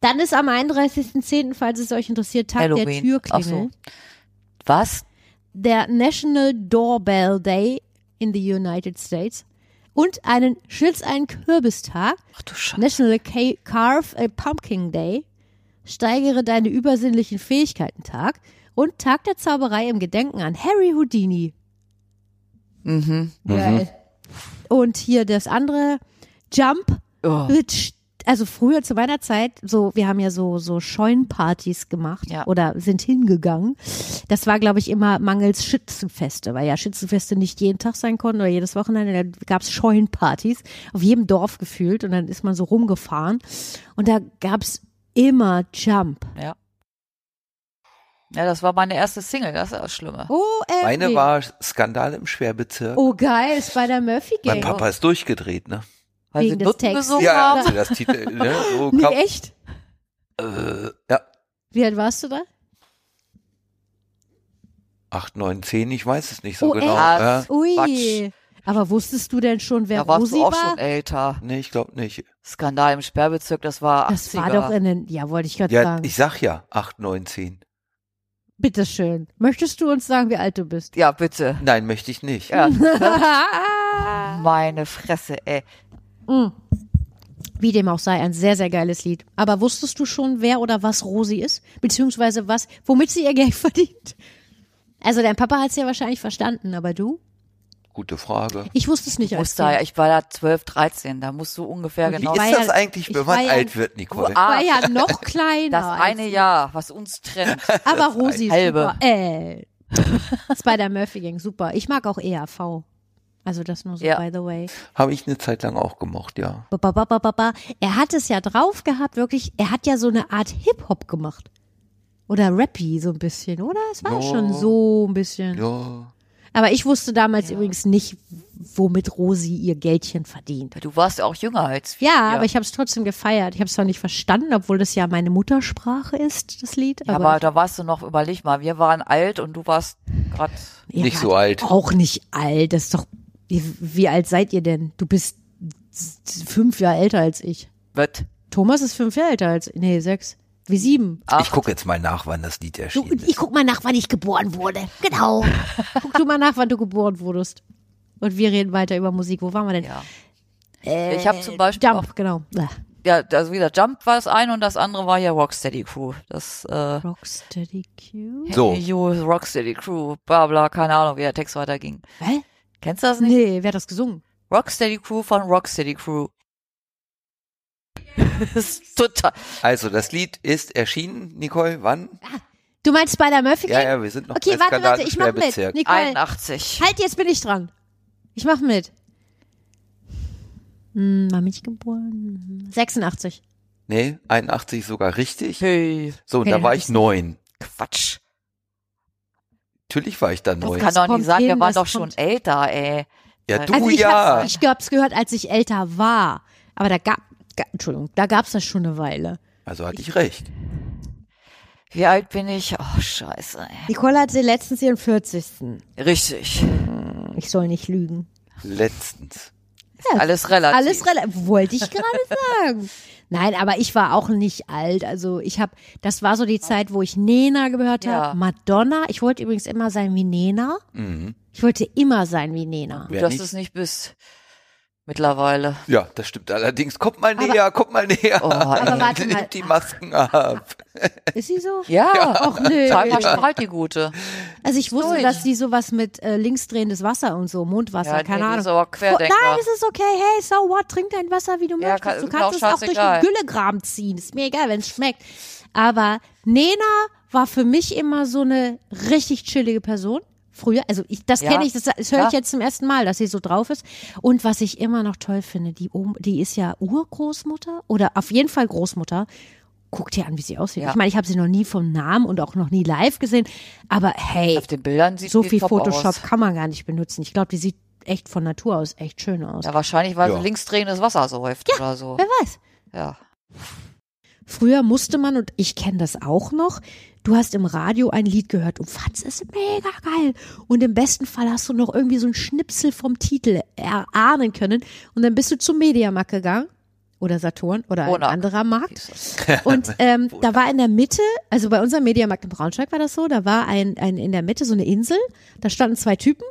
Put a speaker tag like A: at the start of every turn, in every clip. A: Dann ist am 31.10., falls es euch interessiert, Tag der
B: Halloween.
A: Türklingel.
B: Ach so. Was?
A: Der National Doorbell Day in the United States. Und einen Schlitz einen Kürbistag.
B: Ach du Scheiße.
A: National Ca- Carve a Pumpkin Day, steigere deine übersinnlichen Fähigkeiten Tag und Tag der Zauberei im Gedenken an Harry Houdini. Mhm. Geil. Und hier das andere Jump.
B: Oh.
A: Mit Sch- Also früher zu meiner Zeit, so wir haben ja so so Scheunenpartys gemacht
B: Ja.
A: oder sind hingegangen. Das war glaube ich immer mangels Schützenfeste, weil ja Schützenfeste nicht jeden Tag sein konnten oder jedes Wochenende. Da gab es Scheunenpartys auf jedem Dorf gefühlt und dann ist man so rumgefahren und da gab es immer Jump.
B: Ja. Ja, das war meine erste Single, das ist das Schlimme.
A: Oh, äh,
C: Meine
A: nee.
C: war Skandal im Schwerbezirk.
A: Oh geil, Spider Murphy
C: mein
A: Gang.
C: Papa ist durchgedreht, ne?
B: Weil
A: wegen
B: sie
A: des
B: Nutten
A: Textes.
B: gesungen
C: Ja,
B: haben.
C: also das Titel, ne? So
A: Oh, Nee,
C: kam,
A: echt?
C: äh, ja,
A: Wie alt warst du da?
C: 8, 9, 10, ich weiß es nicht
A: Oh,
C: so genau.
B: echt?
C: Ja.
A: Ui.
B: Quatsch.
A: Aber wusstest du denn schon, wer
B: Da warst
A: Rosi
B: du auch
A: war?
B: schon älter.
C: Nee, ich glaube nicht.
B: Skandal im Sperrbezirk, das war 80er.
A: Das war doch in den, ja, wollte ich gerade
C: Ja,
A: sagen.
C: ich sag ja, 8, 9, 10.
A: Bitteschön. Möchtest du uns sagen, wie alt du bist?
B: ja, bitte.
C: Nein, möchte ich nicht.
B: Ja.
A: Ah.
B: Meine Fresse, ey.
A: wie dem auch sei, ein sehr, sehr geiles Lied. Aber wusstest du schon, wer oder was Rosi ist? Beziehungsweise was, womit sie ihr Geld verdient? Also dein Papa hat es ja wahrscheinlich verstanden, aber du?
C: Gute Frage.
A: Ich wusste es nicht. als
B: Musste, ja,
A: Kind.
B: ich war da 12, 13, da musst du ungefähr
A: Und
C: Wie
B: genau.
A: war
C: ist
A: ja-
C: das eigentlich,
A: ich
C: wenn man
A: war ja-
C: alt wird, Nicole?
B: Du Arsch.
A: war ja noch kleiner.
B: Das
A: genau, als
B: eine
A: ich.
B: Jahr, was uns trennt.
A: Aber Rosi ist
B: halbe.
A: super. Äh, Spider-Murphy Gang, super. Ich mag auch ERV. Also das nur so,
B: Ja.
A: by the way.
C: Habe ich eine Zeit lang auch gemocht, ja.
A: Ba, ba, ba, ba, ba, ba. Er hat es ja drauf gehabt, wirklich. Er hat ja so eine Art Hip-Hop gemacht. Oder Rappy so ein bisschen, oder? Es war
C: Ja.
A: schon so ein bisschen.
C: Ja.
A: Aber ich wusste damals übrigens nicht, womit Rosi ihr Geldchen verdient.
B: Du warst ja auch jünger als wir.
A: Ja, aber ich habe es trotzdem gefeiert. Ich habe es zwar nicht verstanden, obwohl das ja meine Muttersprache ist, das Lied.
B: Ja,
A: Aber,
B: aber da warst du noch, überleg mal, wir waren alt und du warst gerade.
A: Ihr
C: Nicht
A: wart
C: so alt.
A: Auch nicht alt. Das ist doch. Wie, wie alt seid ihr denn? Du bist s- s- fünf Jahre älter als ich.
B: Wird.
A: Thomas ist fünf Jahre älter als. Nee, sechs. Wie sieben.
C: Ich gucke jetzt mal nach, wann das Lied
A: Du,
C: erschienen
A: ich
C: ist.
A: guck mal nach, wann ich geboren wurde. Genau. guck du mal nach, wann du geboren wurdest. Und wir reden weiter über Musik. Wo waren wir denn?
B: Ja.
A: Äh,
B: ich habe zum Beispiel auch,
A: Jump, genau. Ah,
B: ja, also wieder Jump war das eine und das andere war ja Rocksteady Crew. Das äh,
A: Rocksteady Q.
C: So.
B: hey, yo, Rocksteady Crew, bla bla, keine Ahnung, wie der Text weiterging.
A: Hä?
B: Kennst du das nicht?
A: Nee, wer hat das gesungen?
B: Rocksteady Crew von Rocksteady Crew. Das ist total.
C: Also, das Lied ist erschienen, Nicole, wann?
A: Du meinst Spider-Murphy?
C: Ja, ja, wir sind noch
A: okay,
C: bei
A: warte,
C: Skandal
A: warte,
C: im
A: ich mach mit.
C: Sperrbezirk.
A: Nicole,
B: 81.
A: Halt, jetzt bin ich dran. Ich mach mit. Hm, wann bin ich geboren? 86.
C: Nee, 81 sogar richtig.
B: Hey,
C: So, und
A: Okay,
C: da
A: dann
C: war
A: hab
C: ich
A: ich's.
C: neun.
B: Quatsch.
C: Natürlich war ich da
B: Das
C: neun.
B: kann doch
A: kommt
B: nicht sein, wir
A: hin,
B: waren
A: das
B: doch schon
A: kommt-
B: älter, ey.
C: Ja, du
A: Also ich
C: ja.
A: hab's, ich hab's gehört, als ich älter war. Aber da gab, ga, Entschuldigung, da gab's das schon eine Weile.
C: Also hatte ich recht.
B: Wie alt bin ich? Oh, scheiße, ey.
A: Nicole hatte letztens ihren 40.
B: Richtig.
A: Ich soll nicht lügen.
C: Letztens.
B: Alles relativ.
A: Alles relativ. Wollte ich gerade sagen. Nein, aber ich war auch nicht alt. Also ich habe, das war so die Zeit, wo ich Nena gehört habe,
B: Ja.
A: Madonna. Ich wollte übrigens immer sein wie Nena.
C: Mhm.
A: Ich wollte immer sein wie Nena.
C: Wer
B: dass
C: nicht-
B: du es nicht bist. Mittlerweile.
C: Ja, das stimmt allerdings. Kommt mal näher, kommt mal näher.
B: Oh, ey.
A: warte mal.
C: Nehmt die Masken ab.
A: Ist sie so?
B: Ja.
A: Och nö.
B: Total verstrahlt die gute.
A: Also ich wusste,
B: Durch.
A: dass die sowas mit äh, linksdrehendes Wasser und so, Mondwasser,
B: Ja,
A: keine
B: nee, die
A: Ahnung.
B: ist aber Querdenker.
A: Nein, es ist okay. Hey, so what? Trink dein Wasser, wie du
B: Ja,
A: möchtest.
B: kann-
A: Du
B: ist mir
A: kannst
B: auch
A: es auch durch
B: scheißegal.
A: den Güllegram ziehen. Ist mir egal, wenn es schmeckt. Aber Nena war für mich immer so eine richtig chillige Person. Früher, also ich, das
B: Ja.
A: kenne ich, das, das höre ich
B: Ja.
A: jetzt zum ersten Mal, dass sie so drauf ist. Und was ich immer noch toll finde, die, Oma- die ist ja Urgroßmutter oder auf jeden Fall Großmutter. Guck dir an, wie sie aussieht.
B: Ja.
A: Ich meine, ich habe sie noch nie vom Namen und auch noch nie live gesehen. Aber hey,
B: Auf den Bildern sieht
A: so
B: die
A: viel
B: top
A: Photoshop
B: aus.
A: kann man gar nicht benutzen. Ich glaube, die sieht echt von Natur aus echt schön aus.
B: Ja, wahrscheinlich, weil
C: Ja.
B: sie links drehendes Wasser säuft oder so.
A: Wer weiß.
B: Ja.
A: Früher musste man, und ich kenne das auch noch, du hast im Radio ein Lied gehört und fandst es mega geil. Und im besten Fall hast du noch irgendwie so einen Schnipsel vom Titel erahnen können. Und dann bist du zum Mediamarkt gegangen oder Saturn oder ein
B: Wonak.
A: anderer Markt.
B: hieß das.
A: Und ähm, da war in der Mitte, also bei unserem Mediamarkt in Braunschweig war das so, da war ein, ein in der Mitte so eine Insel, da standen zwei Typen,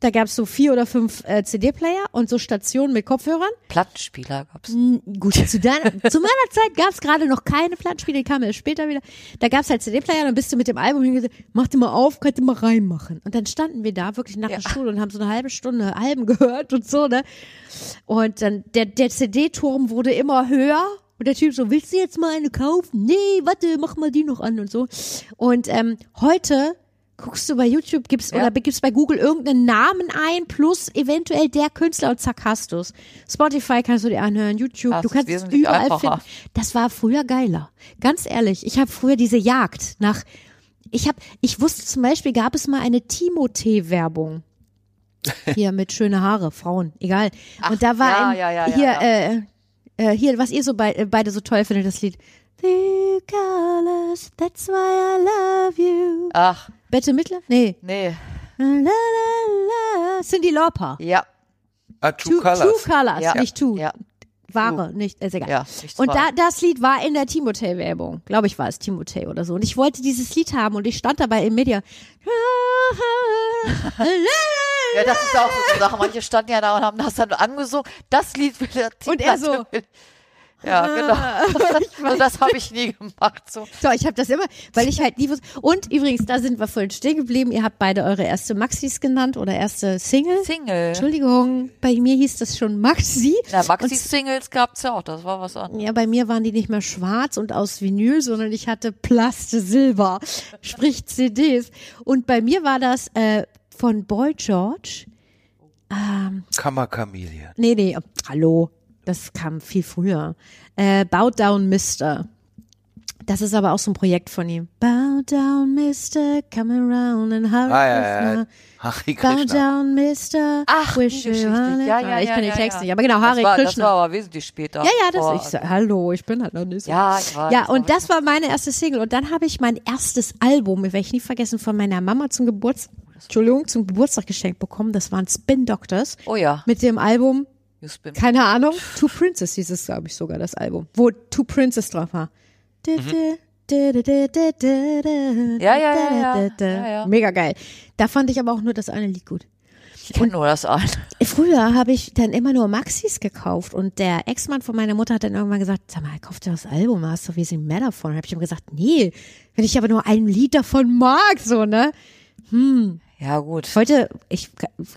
A: da gab es so vier oder fünf äh, CD-Player und so Stationen mit Kopfhörern.
B: Plattenspieler gab's.
A: N- Gut, zu, deiner, zu meiner Zeit gab es gerade noch keine Plattenspiele, die kamen erst später wieder. Da gab es halt CD-Player, dann bist du mit dem Album hingesagt, mach dir mal auf, könnt ihr mal reinmachen. Und dann standen wir da wirklich nach der Schule und haben so eine halbe Stunde Alben gehört und so, ne? Und dann der, der CD-Turm wurde immer höher. Und der Typ so, willst du jetzt mal eine kaufen? Nee, warte, mach mal die noch an und so. Und ähm, heute guckst du bei YouTube, gibst
B: Ja.
A: oder gibst bei Google irgendeinen Namen ein, plus eventuell der Künstler und zack hast du's. Spotify kannst du dir anhören, YouTube,
B: Das
A: du
B: ist
A: kannst es
B: wesentlich
A: überall
B: einfacher.
A: finden. Das war früher geiler. Ganz ehrlich, ich habe früher diese Jagd nach. Ich habe, ich wusste zum Beispiel, gab es mal eine Timothée-Werbung. Hier mit schöne Haare, Frauen, egal. Und da war
B: ja,
A: ein,
B: ja, ja, ja,
A: hier,
B: ja.
A: Äh, äh, hier, was ihr so bei, äh, beide so toll findet, das Lied. The colors, that's why I love you.
B: Ach,
A: Bette Mittler? Nee.
B: nee.
A: La, la, la. Cindy Lauper.
B: Ja,
C: ah, True
A: Two Colors,
C: Colors.
A: two colors
B: ja.
A: nicht Two.
B: Ja,
A: Ware, nicht, ist egal.
B: ja. nichts
A: Und
B: war.
A: da, das Lied war in der Timothée-Werbung. Glaube ich, war es Timothée oder so. Und ich wollte dieses Lied haben und ich stand dabei im Media.
B: Ja, das ist auch so eine Sache. Manche standen ja da und haben das dann angesungen. Das Lied will er.
A: Und er so. Ah,
B: Ja, genau. Also das habe ich nie gemacht. So.
A: So, ich habe das immer, weil ich halt nie wusste. Und übrigens, da sind wir vorhin stehen geblieben. Ihr habt beide eure erste Maxis genannt oder erste Single.
B: Single.
A: Entschuldigung, bei mir hieß das schon Maxi.
B: Na,
A: Und
B: Maxi-Singles gab's ja auch. Das war was anderes.
A: Ja, bei mir waren die nicht mehr schwarz und aus Vinyl, sondern ich hatte Plaste Silber, sprich CDs. Und bei mir war das äh, von Boy George.
C: Kammerkamelian.
A: Nee, nee, äh, hallo. Das kam viel früher. Äh, Bow Down Mister. Das ist aber auch so ein Projekt von ihm. Bow Down Mister, come around and hurry
C: Ah,
A: us
C: ja, ja,
A: now.
C: ja. Hari
A: Bow
C: Krishna.
A: Down Mister,
B: Ach, die
A: wish you
B: Geschichte.
A: all-
B: Ja, ja,
A: Ich
B: ja,
A: kann
B: ja,
A: den Text
B: ja.
A: nicht, aber genau,
B: Das
A: Hare
B: war, das
A: Krishna.
B: war aber wesentlich später.
A: Ja, ja, das
B: Boah,
A: ich so, hallo, ich bin halt noch nicht so.
B: Ja, ich weiß,
A: ja,
B: das
A: und
B: war
A: das war meine erste Single. Und dann habe ich mein erstes Album, werde ich nie vergessen, von meiner Mama zum Geburtstag,
B: Oh,
A: Entschuldigung, zum Geburtstag geschenkt bekommen. Das waren Spin Doctors.
B: Oh ja.
A: Mit dem Album,
B: You spin.
A: keine Ahnung, Two Princess hieß es, glaube ich, sogar das Album, wo Two Princess drauf war.
B: Mhm. Ja, ja, ja, ja. Ja, ja.
A: Mega geil. Da fand ich aber auch nur das eine Lied gut.
B: Ich kenne nur das eine.
A: Früher habe ich dann immer nur Maxis gekauft und der Ex-Mann von meiner Mutter hat dann irgendwann gesagt, sag mal, kauf dir das Album, hast du Wesing mehr davon? Und habe ich ihm gesagt, nee, wenn ich aber nur ein Lied davon mag, so, ne?
B: Ja, gut.
A: Heute, ich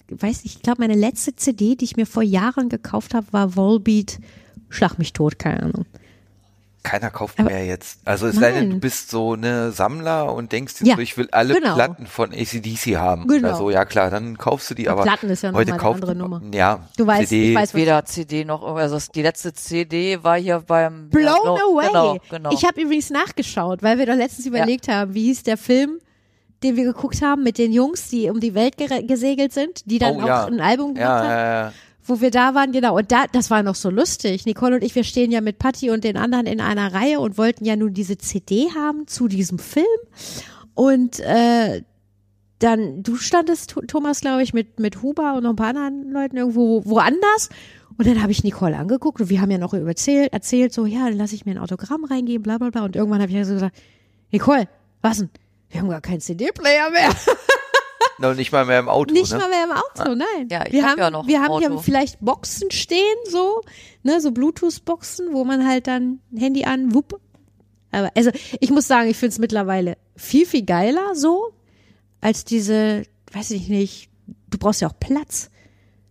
A: weiß nicht, ich glaube, meine letzte CD, die ich mir vor Jahren gekauft habe, war Volbeat Schlag mich tot, keine Ahnung.
C: Keiner kauft mehr jetzt. Also es sei
A: Nein.
C: denn, du bist so eine Sammler und denkst dir
A: Ja,
C: so, ich will alle
A: genau.
C: Platten von ACDC haben.
A: Genau.
C: Oder so, ja klar, dann kaufst du die. Aber
A: Platten ist ja noch
C: heute
A: mal eine
C: kauft
A: andere Nummer.
C: Ja,
A: Du weißt,
C: CD,
A: ich weiß, was
B: Weder CD noch irgendwas. Also die letzte CD war hier beim
A: Blown
B: ja, genau,
A: Away.
B: Genau, genau.
A: Ich habe übrigens nachgeschaut, weil wir doch letztens überlegt haben, wie hieß der Film, den wir geguckt haben mit den Jungs, die um die Welt gere- gesegelt sind, die dann
C: Oh,
A: auch
C: ja.
A: ein Album gemacht
C: ja,
A: haben.
C: ja, ja.
A: wo wir da waren, genau. Und da, das war noch so lustig. Nicole und ich, wir stehen ja mit Patti und den anderen in einer Reihe und wollten ja nun diese CD haben zu diesem Film. Und äh, dann, du standest, Thu- Thomas, glaube ich, mit, mit Huber und noch ein paar anderen Leuten irgendwo woanders. Und dann habe ich Nicole angeguckt und wir haben ja noch erzählt, erzählt so, ja, dann lasse ich mir ein Autogramm reingeben, bla bla bla. Und irgendwann habe ich ja so gesagt, Nicole, was denn? Wir haben gar keinen CD-Player mehr.
C: Noch nicht mal mehr im Auto,
A: Nicht
C: ne?
A: mal mehr im Auto, nein.
B: Ah. Ja, ich
A: wir
B: hab
A: haben
B: ja noch
A: wir
B: ein
A: haben hier
B: Auto.
A: vielleicht Boxen stehen, so, ne, so Bluetooth-Boxen, wo man halt dann Handy an, wupp. Aber also ich muss sagen, ich finde es mittlerweile viel, viel geiler so, als diese, weiß ich nicht, du brauchst ja auch Platz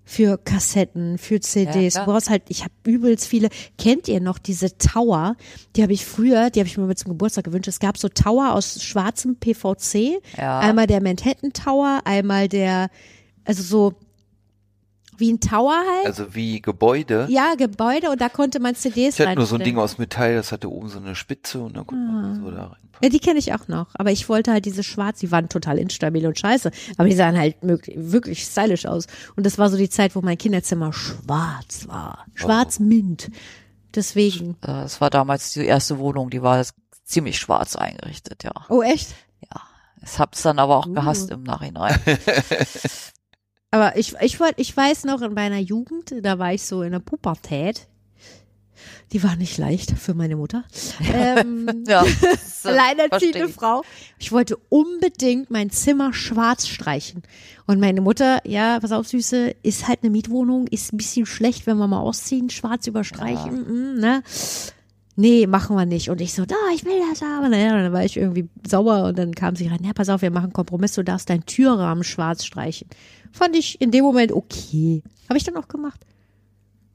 A: für Kassetten, für CDs.
B: Ja, klar.
A: du brauchst halt, ich habe übelst viele. Kennt ihr noch diese Tower? Die habe ich früher, die habe ich mir mal zum Geburtstag gewünscht. Es gab so Tower aus schwarzem PVC.
B: Ja.
A: Einmal der Manhattan Tower, einmal der, also so wie ein Tower halt.
C: Also wie Gebäude.
A: ja, Gebäude und da konnte man CDs
C: Ich hatte nur so ein
A: reinstellen.
C: Ding aus Metall, das hatte oben so eine Spitze und dann konnte
B: Ah.
C: man die so da reinpacken.
A: Ja, die kenne ich auch noch. Aber ich wollte halt diese schwarz, die waren total instabil und scheiße. Aber die sahen halt möglich, wirklich stylisch aus. Und das war so die Zeit, wo mein Kinderzimmer schwarz war.
C: Oh.
A: Schwarz-mint. Deswegen.
B: Äh, Es war damals die erste Wohnung, die war ziemlich schwarz eingerichtet, ja.
A: Oh, echt?
B: Ich hab's dann aber auch
A: Uh.
B: gehasst im Nachhinein.
A: Aber ich, ich, wollt- ich weiß noch, in meiner Jugend, da war ich so in der Pubertät, Die war nicht leicht für meine Mutter. Ähm,
B: Ja.
A: Alleinerziehende
B: verstehe ich.
A: ne Frau. Ich wollte unbedingt mein Zimmer schwarz streichen. Und meine Mutter, ja, pass auf, Süße, ist halt eine Mietwohnung, ist ein bisschen schlecht, wenn wir mal ausziehen, schwarz überstreichen, mm, ne? Nee, machen wir nicht. Und ich so, da, ich will das aber. Naja, dann war ich irgendwie sauer und dann kam sie rein, ja, pass auf, wir machen Kompromiss, du darfst deinen Türrahmen schwarz streichen. Fand ich in dem Moment okay. Habe ich dann auch gemacht.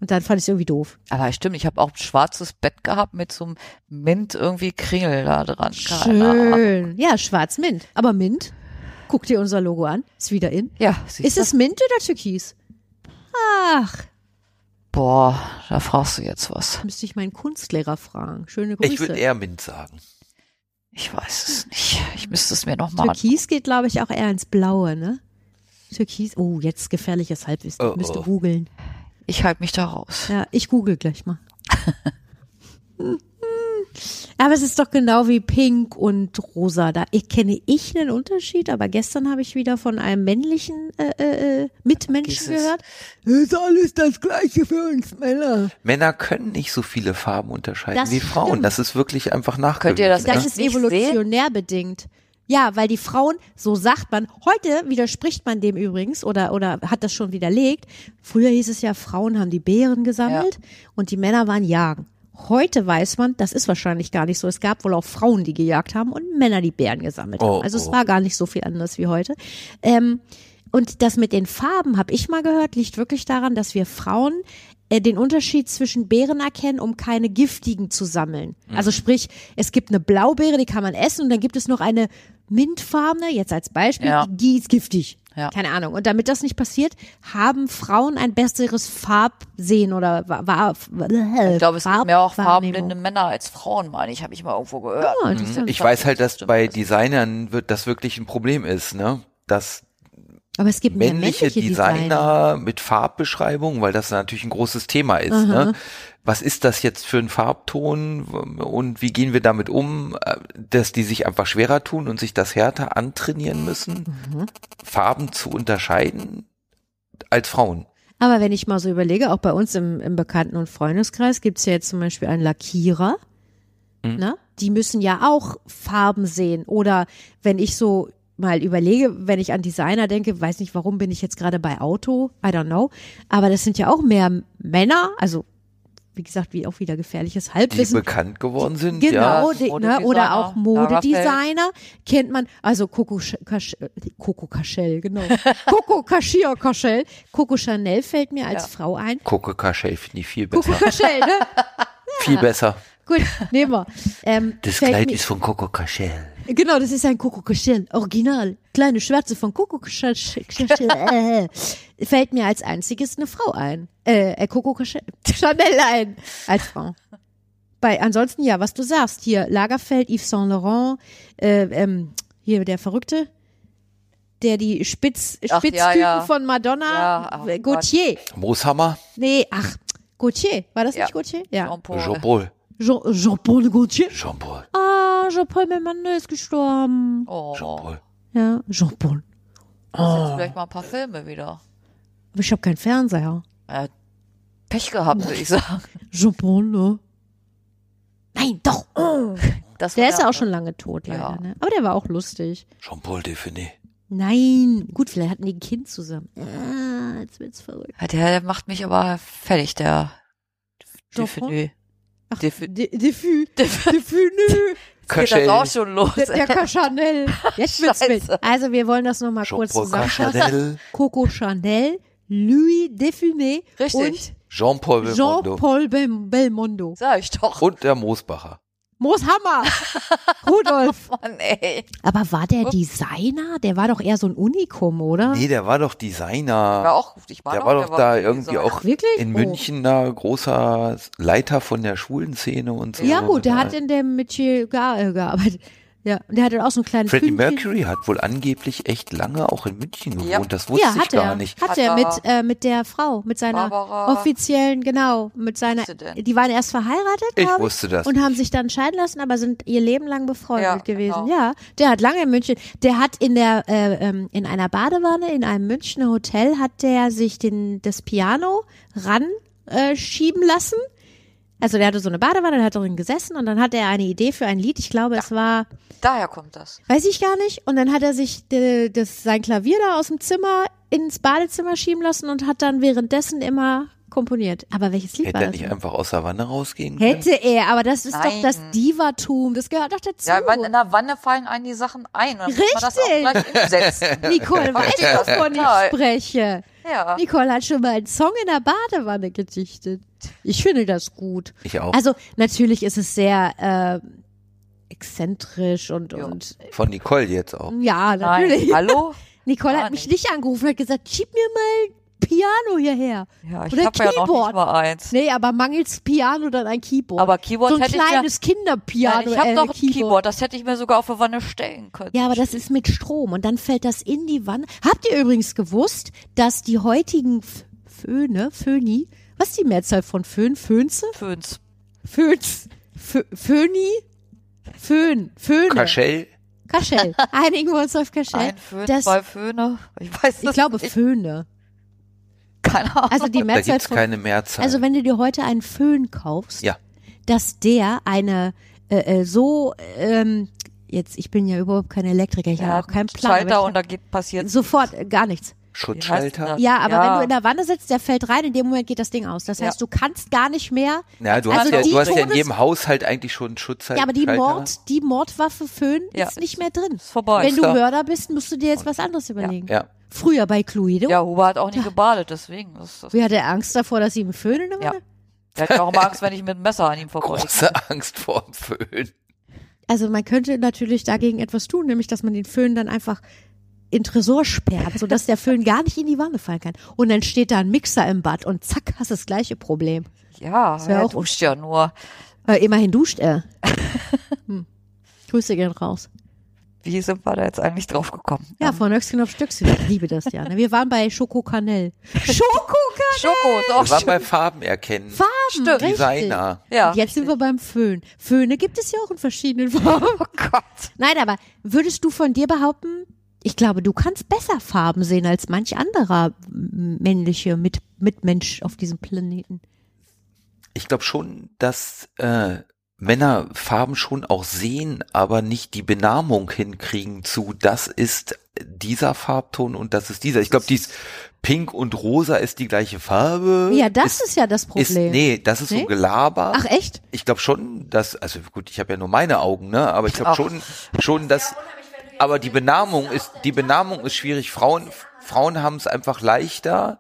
A: Und dann fand ich es irgendwie doof.
B: Aber stimmt, ich habe auch ein schwarzes Bett gehabt mit so einem Mint irgendwie Kringel da dran. Keine Ahnung.
A: Schön. Ja, schwarz-mint. Aber mint, guck dir unser Logo an. Ist wieder in.
B: Ja, siehst
A: Ist
B: du?
A: es Mint oder Türkis? Ach,
B: Boah, da fragst du jetzt was.
A: müsste ich meinen Kunstlehrer fragen. Schöne
C: Ich würde
A: Grüße.
C: eher Mint sagen.
B: Ich weiß
A: Hm.
B: es nicht. Ich müsste es mir nochmal an.
A: Türkis geht, glaube ich, auch eher ins Blaue, ne? Türkis. Oh, jetzt gefährliches Halbwissen.
C: Oh, oh.
A: Müsste googeln.
B: Ich halte mich da raus.
A: Ja, ich google gleich mal. aber es ist doch genau wie Pink und Rosa. Da ich, kenne ich einen Unterschied, aber gestern habe ich wieder von einem männlichen äh, äh, Mitmenschen
B: Dieses-
A: gehört. Ist alles das Gleiche für uns Männer.
C: Männer können nicht so viele Farben unterscheiden
A: Das
C: wie Frauen.
A: stimmt.
C: Das ist wirklich einfach
B: Könnt ihr das
C: nachgewiesen.
A: Das
B: Ja.
A: ist
B: Nicht
A: evolutionär bedingt. Ja, weil die Frauen, so sagt man, heute widerspricht man dem übrigens oder, oder hat das schon widerlegt. Früher hieß es ja, Frauen haben die Beeren gesammelt und die Männer waren jagen. Heute weiß man, das ist wahrscheinlich gar nicht so. Es gab wohl auch Frauen, die gejagt haben und Männer, die Bären gesammelt
C: Oh,
A: haben. Also es
C: oh.
A: war gar nicht so viel anders wie heute. Ähm, und das mit den Farben, habe ich mal gehört, liegt wirklich daran, dass wir Frauen äh, den Unterschied zwischen Beeren erkennen, um keine giftigen zu sammeln.
B: Mhm.
A: Also sprich, es gibt eine Blaubeere, die kann man essen und dann gibt es noch eine mintfarbene, jetzt als Beispiel,
B: Ja.
A: die ist giftig.
B: Ja.
A: Keine Ahnung. Und damit das nicht passiert, haben Frauen ein besseres Farbsehen oder war, war
B: Ich glaube, es
A: Farb
B: gibt mehr auch
A: Wahrnehmung.
B: farbenblinde Männer als Frauen, meine ich, habe ich mal irgendwo gehört.
A: Ah,
C: Ne?
A: interessant.
C: Ich weiß halt, dass
B: Stimmt,
C: bei
B: das-
C: Designern wird das wirklich ein Problem ist, ne? Dass
A: Aber es gibt mehr
C: männliche Designer mit Farbbeschreibungen, weil das natürlich ein großes Thema ist. Ne? Was ist das jetzt für ein Farbton und wie gehen wir damit um, äh, dass die sich einfach schwerer tun und sich das härter antrainieren müssen, Farben zu unterscheiden als Frauen?
A: Aber wenn ich mal so überlege, auch bei uns im, im Bekannten- und Freundeskreis gibt's ja jetzt zum Beispiel einen Lackierer. Ne? Die müssen ja auch Farben sehen. Oder wenn ich so mal überlege, wenn ich an Designer denke, weiß nicht, warum bin ich jetzt gerade bei Auto, I don't know. Aber das sind ja auch mehr Männer, also wie gesagt, wie auch wieder gefährliches
C: Die
A: Halbwissen.
C: bekannt geworden sind, ja.
A: Genau,
B: Ja,
A: die, ne,
B: Modedesigner,
A: oder auch
B: Lara Feld.
A: Modedesigner kennt man, also Coco, Sch- Kasch- äh, Coco Cachel, genau. Coco Cashier Cachel. Coco Chanel fällt mir als
B: Ja.
A: Frau ein.
C: Coco Cachet finde ich viel
A: Coco
C: besser.
A: Cachel, ne?
C: Viel besser.
A: Gut, nehmen wir. Ähm,
C: Das
A: fällt
C: Kleid
A: mir-
C: ist von Coco Cachet.
A: Genau, das ist ein Coco Cachel, Original. Kleine Schwärze von Coco Cachel. Cachel, äh, fällt mir als einziges eine Frau ein. Äh, äh, Coco Cachel, Chanel ein. Als Frau. Bei, ansonsten, ja, was du sagst, hier Lagerfeld, Yves Saint Laurent, äh, ähm, hier der Verrückte, der die Spitz,
B: Ach, ja,
A: Spitztüten
B: ja.
A: von
B: Ja,
A: Madonna,
B: ach
A: äh,
B: Gott.
A: Gautier.
C: Mooshammer,
A: Nee, ach, Gautier, war das
B: Ja.
A: nicht Gautier? Ja.
B: Jean-Paul.
C: Jean-Paul.
A: Jean- Jean-Paul Gautier.
C: Jean-Paul.
A: Ah, Jean-Paul, mein Mann ist gestorben.
B: Oh,
C: Jean-Paul.
A: Ja, Jean-Paul.
B: das
A: Ah.
B: sind vielleicht mal ein paar Filme wieder.
A: Aber ich habe keinen Fernseher.
B: Äh, Pech gehabt, würde ich sagen.
A: Jean-Paul, ne? Nein, doch. Oh.
B: Das
A: Der
B: war
A: ist ja auch schon lange tot, leider.
B: Ja.
A: Ne? Aber der war auch lustig.
C: Jean-Paul Defenet.
A: Nein. Gut, vielleicht hatten die ein Kind zusammen. Ah, jetzt wird's verrückt.
B: Ja, Der, der macht mich aber fertig, der
A: Jean-Paul?
B: Defenü.
A: ne? Ach,
B: Defi-
A: Defü. Defü, nö.
B: Geht das auch schon los?
A: Der, der Ka- Chanel. Jetzt wird's
B: Scheiße.
A: wild. Also, wir wollen das nochmal kurz
C: Jean-Paul
A: zusammenfassen.
C: Cachet.
A: Coco Chanel, Louis Defune
B: Richtig.
C: Jean-Paul
A: und
C: Belmondo.
A: Jean-Paul Bel- Belmondo.
B: Sag ich doch.
C: Und der Moosbacher.
A: Mooshammer. Rudolf.
B: Mann, ey.
A: Aber war
B: Oh.
A: der Designer? Der war doch eher so ein Unikum, oder?
C: Nee, der war doch Designer.
B: War auch, ich war
C: der
B: noch,
C: war doch da irgendwie
B: so-
C: auch
A: wirklich?
C: in
A: Oh.
C: München da großer Leiter von der Schulenszene und so.
A: Ja gut, der hat
C: den
A: in dem Metier gar, äh, gearbeitet. Ja, und der hatte auch so einen kleinen
C: Freddie
A: Pünktchen.
C: Mercury hat wohl angeblich echt lange auch in München gewohnt.
B: Ja.
C: Das wusste
A: Ja,
C: ich
A: hat
C: gar
A: er.
C: nicht.
A: Hat er mit,
B: Barbara.
A: äh, mit der Frau, mit seiner
B: Barbara.
A: offiziellen, genau, mit seiner,
B: Wusste denn?
A: die waren erst verheiratet,
C: Ich
A: glaub
C: wusste das
A: Und haben sich dann scheiden lassen, aber sind ihr Leben lang befreundet
B: Ja,
A: gewesen.
B: genau.
A: Ja, der hat lange in München, der hat in der, äh, ähm, in einer Badewanne, in einem Münchner Hotel, hat der sich den, das Piano ran äh, schieben lassen Also der hatte so eine Badewanne, der hat drin gesessen und dann hatte er eine Idee für ein Lied. Ich glaube, es war,
B: Daher kommt das.
A: weiß ich gar nicht. Und dann hat er sich de, das, sein Klavier da aus dem Zimmer ins Badezimmer schieben lassen und hat dann währenddessen immer komponiert. Aber welches Lied
C: Hätte
A: war
C: er
A: das?
C: nicht einfach aus der Wanne rausgehen können?
A: Hätte er, aber das ist doch
B: Nein.
A: das Divatum. Das gehört doch dazu.
B: Ja, weil in der Wanne fallen einem die Sachen ein. Und dann muss man das auch
A: Richtig.
B: gleich umsetzen.
A: Nicole weiß,
B: Verstehe das
A: wovon ich
B: total.
A: spreche.
B: Ja.
A: Nicole hat schon mal einen Song in der Badewanne gedichtet. Ich finde das gut.
C: Ich auch.
A: Also natürlich ist es sehr äh, exzentrisch und
B: Ja.
A: und
C: Von Nicole jetzt auch.
A: ja natürlich.
B: Nein. Hallo?
A: Nicole
B: Gar
A: hat mich nicht angerufen, hat gesagt, schieb mir mal ein Piano hierher.
B: Ja,
A: Oder
B: ich habe ja noch
A: Keyboard.
B: nicht mal eins.
A: Nee, aber mangels Piano dann ein Keyboard.
B: Aber Keyboard
A: so ein
B: hätte ich ja-
A: kleines Kinderpiano.
B: Nein, ich habe
A: äh,
B: noch ein Keyboard.
A: Keyboard.
B: das hätte ich mir sogar auf eine Wanne stellen können.
A: Ja, aber das ist mit Strom und dann fällt das in die Wanne. Habt ihr übrigens gewusst, dass die heutigen F Föhne, Föhni, was ist die Mehrzahl von Föhn? Föhnze?
B: Föhns.
A: Föhns? Fö Föhni? Föhn, Föhne.
C: Kaschell?
A: Kaschell. Einigen wir uns auf Kaschell.
B: Ein Föhn,
A: Das,
B: zwei Föhne. Ich weiß
A: ich
B: das
A: glaube
B: nicht.
A: Föhne.
B: Keine Ahnung.
A: Also die
C: Da
A: Mehrzahl
C: gibt's
A: von
C: keine Mehrzahl.
A: Also wenn du dir heute einen Föhn kaufst,
C: Ja.
A: dass der eine äh, äh, so ähm, jetzt ich bin ja überhaupt kein Elektriker, ich habe auch keinen Plan.
B: Schalter
A: aber
B: und da geht
A: ich,
B: passiert.
A: sofort äh, gar nichts.
C: Schutzschalter?
B: Wie heißt
A: Ja, aber
B: Ja.
A: wenn du in der Wanne sitzt, der fällt rein, in dem Moment geht das Ding aus. Das
B: Ja.
A: heißt, du kannst gar nicht mehr.
C: Na, du
A: Also
C: hast ja,
A: die
C: du hast ja in
A: Todes-
C: jedem Haushalt eigentlich schon einen Schutzschalter.
A: Ja, aber die Mord, die Mordwaffe Föhn
B: Äh, Ja, Oh,
A: ist nicht mehr drin.
B: ist vorbei.
A: Wenn du
C: Ist da.
A: Mörder bist, musst du dir jetzt was anderes überlegen.
C: Ja.
A: Früher bei Cluedo,
B: Ja, Huber hat auch nie gebadet, deswegen. Das, das,
A: wie hat er Angst davor, dass ihm ein Föhn in der
B: ja.
A: Wanne?
B: Der hat ja auch immer Angst, wenn ich mit dem Messer an ihm vorbei.
C: Große Angst vor dem Föhn.
A: Also man könnte natürlich dagegen etwas tun, nämlich dass man den Föhn dann einfach in Tresor sperrt, sodass der Föhn gar nicht in die Wanne fallen kann. Und dann steht da ein Mixer im Bad und zack, hast das gleiche Problem.
B: Ja,
A: wär
B: er
A: auch-
B: duscht ja nur.
A: Äh, immerhin duscht er. hm. Grüße gehen raus.
B: Wie sind wir da jetzt eigentlich drauf gekommen?
A: Ja, von Höchstgen auf Stöckchen. Ich liebe das ja. Ne? Wir waren bei Schokokanell. Schokokanell!
B: Schoko ist auch
C: Wir waren
B: schön.
C: bei Farben erkennen.
A: Oh, Farben,
B: Stimmt.
C: Designer.
A: Ja,
B: Ja.
A: jetzt sind wir beim Föhn. Föhne gibt es ja auch in verschiedenen Farben.
B: Oh Gott.
A: Nein, aber würdest du von dir behaupten, ich glaube, du kannst besser Farben sehen als manch anderer m- männliche Mit Mitmensch auf diesem Planeten.
C: Ich glaube schon, dass äh, Männer Farben schon auch sehen, aber nicht die Benahmung hinkriegen zu, das ist dieser Farbton und das ist dieser. Ich glaube, dies Pink und Rosa ist die gleiche Farbe.
A: Ja, das ist ja das
C: ist,
A: Problem.
C: nee, das ist
A: Nee?
C: so Gelaber.
A: Ach echt?
C: Ich glaube schon, dass, also gut, ich habe ja nur meine Augen, ne? Aber ich glaube
B: Ach.
C: schon, schon, dass. Aber die Benahmung ist, die Benahmung ist schwierig. Frauen, Frauen haben es einfach leichter,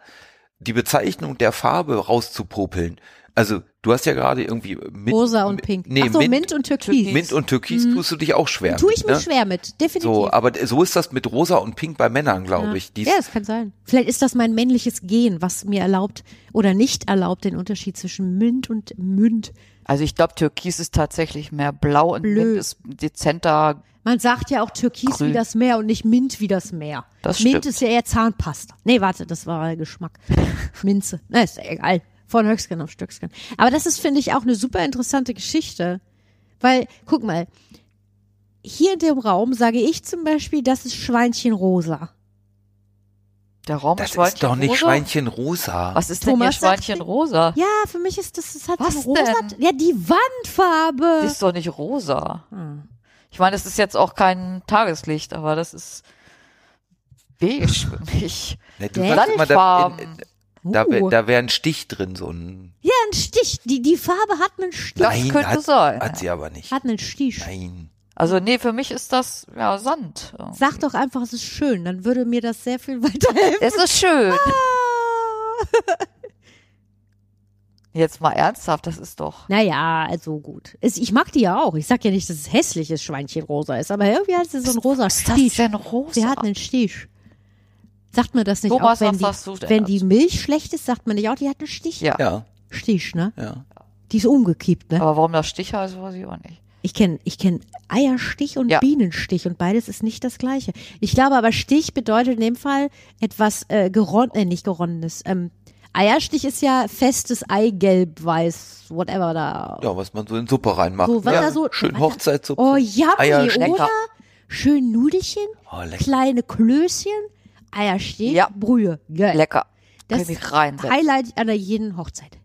C: die Bezeichnung der Farbe rauszupopeln. Also du hast ja gerade irgendwie Mint,
A: Rosa und Pink.
C: Nee,
A: Ach so,
C: Mint,
A: Mint, und Türkis. Mhm.
C: Mint und Türkis tust du dich auch schwer.
A: Tue ich mir
C: ne?
A: schwer mit, definitiv.
C: So, aber d- so ist das mit Rosa und Pink bei Männern, glaube ich. Dies,
A: ja, es kann sein. Vielleicht ist das mein männliches Gen, was mir erlaubt oder nicht erlaubt, den Unterschied zwischen Mint und Münd.
B: Also ich glaube, Türkis ist tatsächlich mehr blau und
A: Blö.
B: Mint ist dezenter.
A: Man sagt ja auch Türkis
B: Grün.
A: wie das Meer und nicht Mint wie das Meer.
B: Das
A: Mint
B: stimmt.
A: ist ja eher Zahnpasta. Nee, warte, das war Geschmack. Minze. Na, ist ja egal. Von Höchstgen auf Stöcksken. Aber das ist, finde ich, auch eine super interessante Geschichte. Weil, guck mal, hier in dem Raum sage ich zum Beispiel, das ist Schweinchen rosa.
B: Der Raum
C: das
B: ist Schweinchen
C: ist doch nicht
B: rosa.
C: Schweinchen Rosa.
B: Was ist denn
A: Thomas
B: hier
A: sagt-
B: Schweinchen rosa?
A: Ja, für mich ist das, das hat
B: Was
A: so einen rosa.
B: denn?
A: Ja, die Wandfarbe.
B: Die ist doch nicht rosa.
A: Ah.
B: Ich meine, das ist jetzt auch kein Tageslicht, aber das ist beige für mich.
C: Ne, du
A: Hä?
C: sagst immer, da, in,
B: Landfarben.
C: da, wär-
A: Uh.
C: da wäre ein Stich drin, so ein
A: Ja, ein Stich. Die, die Farbe hat einen Stich.
B: Das könnte
C: hat,
B: sein.
C: Hat sie aber nicht.
A: Hat einen Stich.
C: Nein.
B: Also nee, für mich ist das ja Sand.
A: Sag doch einfach, es ist schön. Dann würde mir das sehr viel weiterhelfen. Ah.
B: Es ist schön. Jetzt mal ernsthaft, das ist doch.
A: Naja, also gut. Es, ich mag die ja auch. Ich sag ja nicht, dass es hässliches Schweinchen rosa ist, aber irgendwie hat sie so einen rosa
B: Was ist das
A: Stich.
B: denn rosa?
A: Sie hat einen Stich. Sagt man das nicht
B: Thomas,
A: auch, wenn,
B: was
A: die,
B: sagst du denn
A: wenn die Milch schlecht ist, sagt man nicht auch, die hat einen Stich?
B: ja.
C: Ja,
A: Stich, ne?
C: ja.
A: Die ist umgekippt, ne?
B: aber warum das Stich heißt, weiß ich auch nicht.
A: Ich kenne ich kenn Eierstich und
B: Ja.
A: Bienenstich und beides ist nicht das gleiche. Ich glaube aber, Stich bedeutet in dem Fall etwas äh, geron äh, nicht geronnenes. Ähm, Eierstich ist ja festes Eigelb, weiß, whatever da.
C: Ja, was man so in Suppe reinmacht.
A: So, was
C: ja,
A: da so-
C: Schön
A: was da-
C: Hochzeitssuppe.
A: Oh, yummy,
C: Eierstich.
A: oder? Schön Nudelchen,
C: Oh, lecker.
A: kleine Klößchen, Eierstich,
B: Ja.
A: Brühe. Geil.
B: Lecker.
A: Äh, Das
B: Kann ich mich reinsetzen.
A: Highlight einer jeden Hochzeit.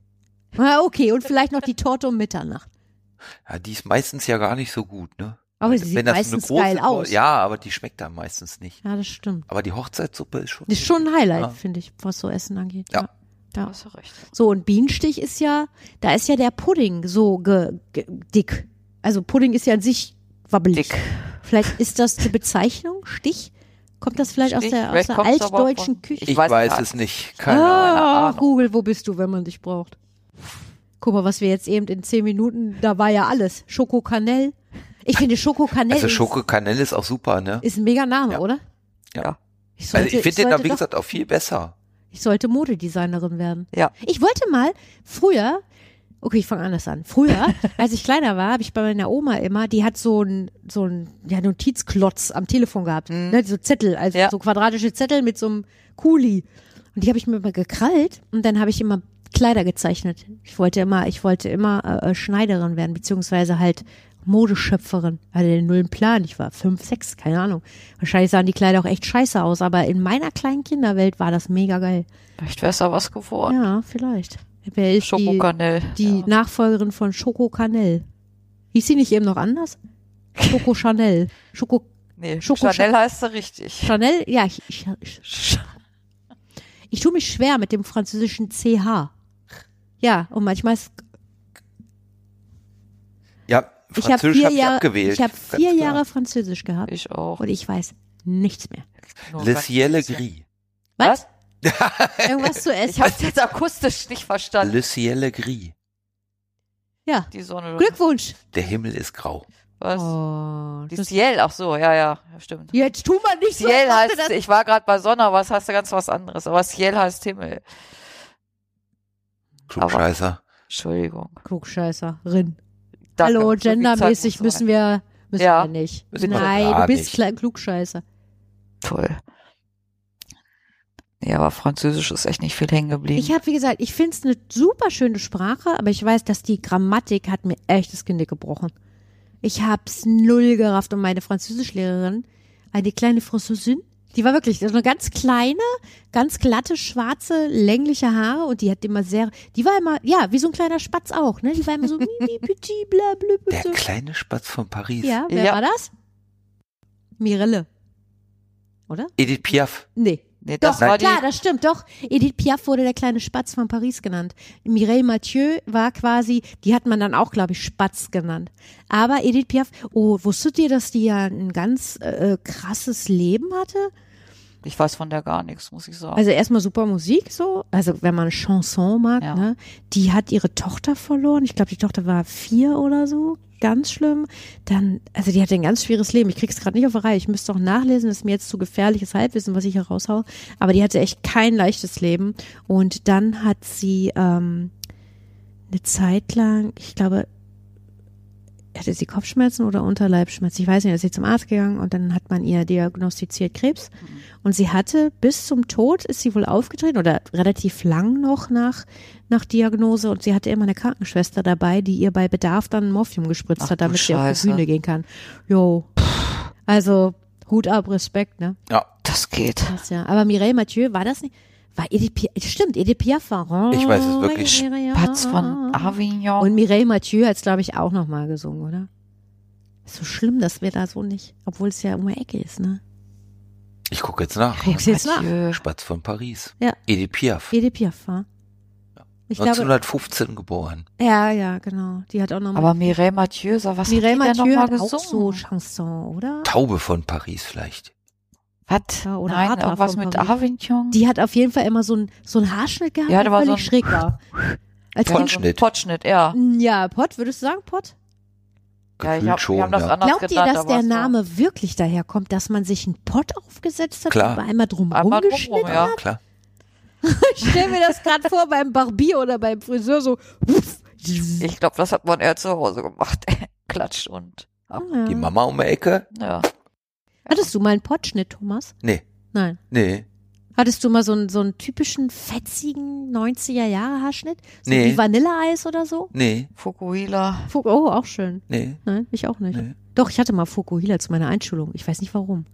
A: Ah, okay, und vielleicht noch die Torte um Mitternacht.
C: Ja, die ist meistens ja gar nicht so gut, ne?
A: Aber
C: Wenn-
A: sie sieht
C: wenn das eine
A: meistens
C: große
A: geil
C: Tor-
A: aus.
C: Ja, aber die schmeckt dann meistens nicht.
A: Ja, das stimmt.
C: Aber die Hochzeitssuppe ist schon.
A: Das ist schon ein Highlight,
C: Ja.
A: finde ich, was so Essen angeht.
C: Ja.
A: Ja.
B: Hast du recht.
A: So, und Bienenstich ist ja, da ist ja der Pudding so ge, ge, dick. Also Pudding ist ja an sich wabbelig.
B: Dick.
A: Vielleicht ist das die Bezeichnung, Stich? Kommt das vielleicht aus
B: Stich?
A: der, aus
B: Vielleicht
A: der
B: kommt's aber
A: altdeutschen
B: von-
A: Küche?
C: Ich,
B: Ich
C: weiß,
B: weiß gar
C: es nicht. Keine Ahnung.
A: Ah,
B: Ahnung.
A: Google, wo bist du, wenn man dich braucht? Guck mal, was wir jetzt eben in zehn Minuten, da war ja alles. Schokokanell. Ich finde Schokokanell
C: Also
A: ist-
C: Schokokanelle ist auch super, ne?
A: ist ein mega Name,
C: Ja.
A: oder?
C: Ja.
A: Ich sollte,
C: Also ich finde den
A: sollte
C: da, wie
A: doch-
C: gesagt, auch viel besser.
A: Ich sollte Modedesignerin werden.
B: Ja.
A: Ich wollte mal früher, okay, ich fange anders an. Früher, als ich kleiner war, habe ich bei meiner Oma immer, die hat so ein so ein ja, Notizklotz am Telefon gehabt, ne, so Zettel, also
B: Mhm. Ja.
A: so quadratische Zettel mit so einem Kuli. Und die habe ich mir immer gekrallt und dann habe ich immer Kleider gezeichnet. Ich wollte immer, ich wollte immer äh, äh, Schneiderin werden, beziehungsweise halt Modeschöpferin. Hatte den nullen Plan. Ich war fünf, sechs, keine Ahnung. Wahrscheinlich sahen die Kleider auch echt scheiße aus, aber in meiner kleinen Kinderwelt war das mega geil.
B: Vielleicht wär's da was geworden.
A: Ja, vielleicht. Wer ist die,
B: Schokokanell.
A: die
B: ja.
A: Nachfolgerin von Schoko Canel? Hieß sie nicht eben noch anders? Schoko Chanel. Schoko
B: Nee,
A: Schoko-
B: Chanel heißt sie richtig.
A: Chanel? Ja, ich, ich, ich, ich tue mich schwer mit dem französischen CH. Ja, und manchmal ist
C: Ja,
A: ich habe
C: Französisch
A: vier
C: habe ich
A: Jahre
C: abgewählt.
A: ich habe vier
C: ganz klar.
A: Jahre Französisch gehabt
B: Ich auch.
A: und ich weiß nichts mehr.
B: Nur
C: Le
B: ganz
C: ciel
B: bisschen.
C: gris.
A: Was?
B: Was?
A: Irgendwas zu
B: Ich
A: essen.
B: hab's jetzt akustisch nicht verstanden.
C: Le ciel gris.
A: Ja.
B: die Sonne.
A: Glückwunsch.
C: Der Himmel ist grau.
B: Was?
A: Oh,
B: Die
A: das-
B: Ciel, ach so, ja, ja, ja, stimmt.
A: jetzt tu mal nicht so. als
B: Ciel
A: ob
B: heißt,
A: du das-
B: ich war gerade bei Sonne, aber es heißt ja ganz was anderes. Aber Ciel heißt Himmel.
C: Klugscheißer.
B: Entschuldigung.
A: Klugscheißerin.
B: Danke,
A: Hallo,
B: so viel Zeit muss
A: gendermäßig
B: sein.
A: müssen wir, müssen
B: Ja.
A: wir nicht.
C: Müssen wir
A: Nein, du
C: gar
A: bist
C: nicht.
A: klein Klugscheißer.
B: Hm. Toll. Ja, aber Französisch ist echt nicht viel hängen geblieben.
A: Ich habe, wie gesagt, ich finde es eine super schöne Sprache, aber ich weiß, dass die Grammatik hat mir echt das Genick gebrochen. Ich hab's null gerafft und meine Französischlehrerin, eine kleine Französin, die war wirklich so eine ganz kleine, ganz glatte, schwarze, längliche Haare und die hat immer sehr, die war immer, ja, wie so ein kleiner Spatz auch, ne? Die war immer so mimi, petit, bla, bla, bla.
C: Der
A: so.
C: kleine Spatz von Paris.
A: Ja, wer
B: Ja.
A: war das? Mirelle.
C: Edith Piaf.
A: Nee.
B: nee,
A: Doch,
B: das war die,
A: klar, das stimmt, doch. Edith Piaf wurde der kleine Spatz von Paris genannt. Mireille Mathieu war quasi, die hat man dann auch, glaube ich, Spatz genannt. Aber Edith Piaf, oh, wusstet ihr, dass die ja ein ganz äh, äh, krasses Leben hatte?
B: ich weiß von der gar nichts, muss ich sagen.
A: Also erstmal super Musik so, also wenn man Chanson mag,
B: Ja.
A: ne? Die hat ihre Tochter verloren. Ich glaube, die Tochter war vier oder so. Ganz schlimm. Dann, also die hatte ein ganz schweres Leben. Ich krieg's gerade nicht auf die Reihe. Ich müsste auch nachlesen, das ist mir jetzt zu gefährliches Halbwissen, was ich hier raushau. Aber die hatte echt kein leichtes Leben. Und dann hat sie ähm, eine Zeit lang, ich glaube, hatte sie Kopfschmerzen oder Unterleibschmerzen? Ich weiß nicht, da ist sie zum Arzt gegangen und dann hat man ihr diagnostiziert Krebs. Und sie hatte bis zum Tod ist sie wohl aufgetreten oder relativ lang noch nach, nach Diagnose und sie hatte immer eine Krankenschwester dabei, die ihr bei Bedarf dann Morphium gespritzt
B: Ach
A: hat,
B: du
A: damit sie auf die
B: Scheiße.
A: Bühne gehen kann. Jo. Also Hut ab, Respekt, ne?
C: Ja,
B: das geht.
A: Krass, ja. Aber Mireille Mathieu, war das nicht? War Edith Piaf, stimmt, Edith Piaf war.
C: Ich weiß es wirklich.
B: Patz von Avignon.
A: Ah. Und Mireille Mathieu hat es, glaube ich, auch nochmal gesungen, oder? Ist so schlimm, dass wir da so nicht, obwohl es ja um die Ecke ist, ne?
C: ich gucke jetzt nach.
A: Guck's jetzt nach.
B: Mathieu.
C: Spatz von Paris.
A: Ja.
C: Edith Piaf.
A: Edith Piaf war. Ich glaube,
C: 1915 geboren.
A: ja, ja, genau. Die hat auch nochmal.
B: Aber Mireille Mathieu, so was
A: Mireille
B: hat die denn
A: Mathieu
B: nochmal
A: hat
B: gesungen?
A: auch so Chanson, oder?
C: Taube von Paris vielleicht.
B: was?
A: Ja, oder
B: Nein,
A: Adler
B: irgendwas
A: von
B: mit
A: Paris.
B: Avignon?
A: Die hat auf jeden Fall immer so einen so einen Haarschnitt gehabt, der
B: Ja, da war so
A: völlig
B: ein-
A: schräg war. Als
B: Ja, so ein
C: Potschnitt.
B: Potschnitt, ja.
A: ja, Pott, würdest du sagen, Pott?
B: ja ich hab, wir
C: Gefühlt
B: haben
C: schon.
B: das
C: ja.
B: anders
A: Glaubt ihr,
B: genannt,
A: dass
B: aber
A: der
B: es war-
A: Name wirklich daherkommt, dass man sich einen Pott aufgesetzt hat
C: Klar.
A: und einmal drum
B: Einmal drumrum,
A: rumgeschnitten
B: ja.
A: hat?
C: Klar.
A: Ich stelle mir das gerade vor beim Barbier oder beim Friseur so.
B: Ich glaube, das hat man eher zu Hause gemacht. Klatscht und ab.
C: Die
A: Ja.
C: Mama um die Ecke?
B: Ja.
A: Hattest du mal einen Pottschnitt, Thomas?
C: Nee.
A: Nein.
C: Nee.
A: Hattest du mal so einen, so einen typischen fetzigen 90er-Jahre-Haarschnitt? So
C: Nee.
A: wie Vanilleeis oder so?
C: Nee.
B: Fukuhila.
A: Fu- Oh, auch schön.
C: Nee.
A: Nein, ich auch nicht.
C: Nee.
A: Doch, ich hatte mal Fukuhila zu meiner Einschulung. Ich weiß nicht warum.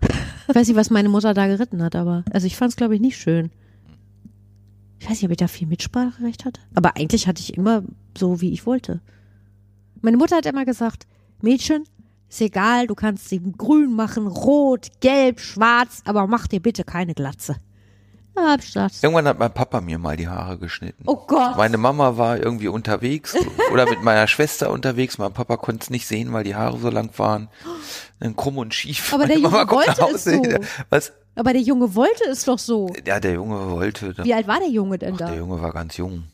A: Ich weiß nicht, was meine Mutter da geritten hat, aber also ich fand es, glaube ich, nicht schön. Ich Ich weiß nicht, ob ich da viel Mitspracherecht hatte. Aber eigentlich hatte ich immer so, wie ich wollte. Meine Mutter hat immer gesagt, Mädchen, ist egal, du kannst sie grün machen, rot, gelb, schwarz, aber mach dir bitte keine Glatze. Da hab ich gedacht,
C: Irgendwann hat mein Papa mir mal die Haare geschnitten.
A: oh Gott.
C: Meine Mama war irgendwie unterwegs oder mit meiner Schwester unterwegs. Mein Papa konnte es nicht sehen, weil die Haare so lang waren. Dann krumm und schief.
A: Aber der
C: Meine Mama
A: Junge
C: kommt nach
A: wollte es
C: Hause.
A: so.
C: Was?
A: aber der Junge wollte es doch so.
C: Ja, der Junge wollte.
A: Wie alt war der Junge denn
C: Äh, Ach,
A: da?
C: der Junge war ganz jung.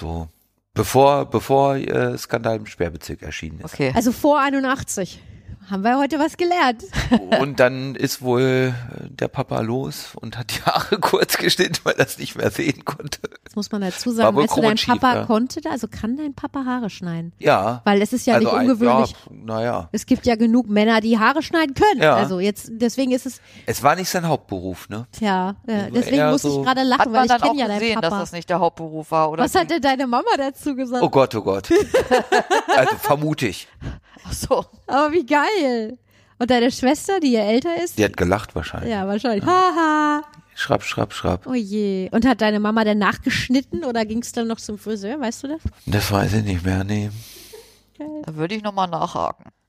C: So. Bevor, bevor äh, Skandal im Sperrbezirk erschienen ist.
B: Okay.
A: Also vor 81. Haben wir heute was gelernt.
C: Und dann ist wohl äh, der Papa los und hat die Haare kurz geschnitten, weil er es nicht mehr sehen konnte.
A: Das muss man dazu
C: War
A: sagen.
C: wohl
A: Weißt du,
C: krumm
A: dein
C: und schief,
A: Papa
C: ja.
A: konnte da, also kann dein Papa Haare schneiden.
C: Ja. Also
A: Weil es ist ja nicht
C: ein-
A: ungewöhnlich.
C: Ja, naja.
A: Es gibt ja genug Männer, die Haare schneiden können.
C: Ja.
A: Also jetzt, deswegen ist es,
C: Es war nicht sein Hauptberuf, ne?
A: ja, äh, deswegen
C: eher
A: muss
C: so-
A: ich gerade
B: Hat
A: lachen, weil
B: man
A: ich
B: dann auch
A: kenne ja
B: gesehen,
A: deinen
B: dass
A: Papa.
B: das nicht der Hauptberuf war, oder?
A: Was hat denn deine Mama dazu gesagt?
C: Oh Gott, oh Gott. Also vermute ich.
B: Ach so.
A: Aber wie geil. Und deine Schwester, die ja älter ist?
C: Die hat gelacht wahrscheinlich.
A: Ja, wahrscheinlich. Haha.
C: Schrapp, schrapp, schrapp.
A: Oh je. Und hat deine Mama dann nachgeschnitten oder ging es dann noch zum Friseur? Weißt du das?
C: Das weiß ich nicht mehr, nee.
B: Da würde ich nochmal nachhaken.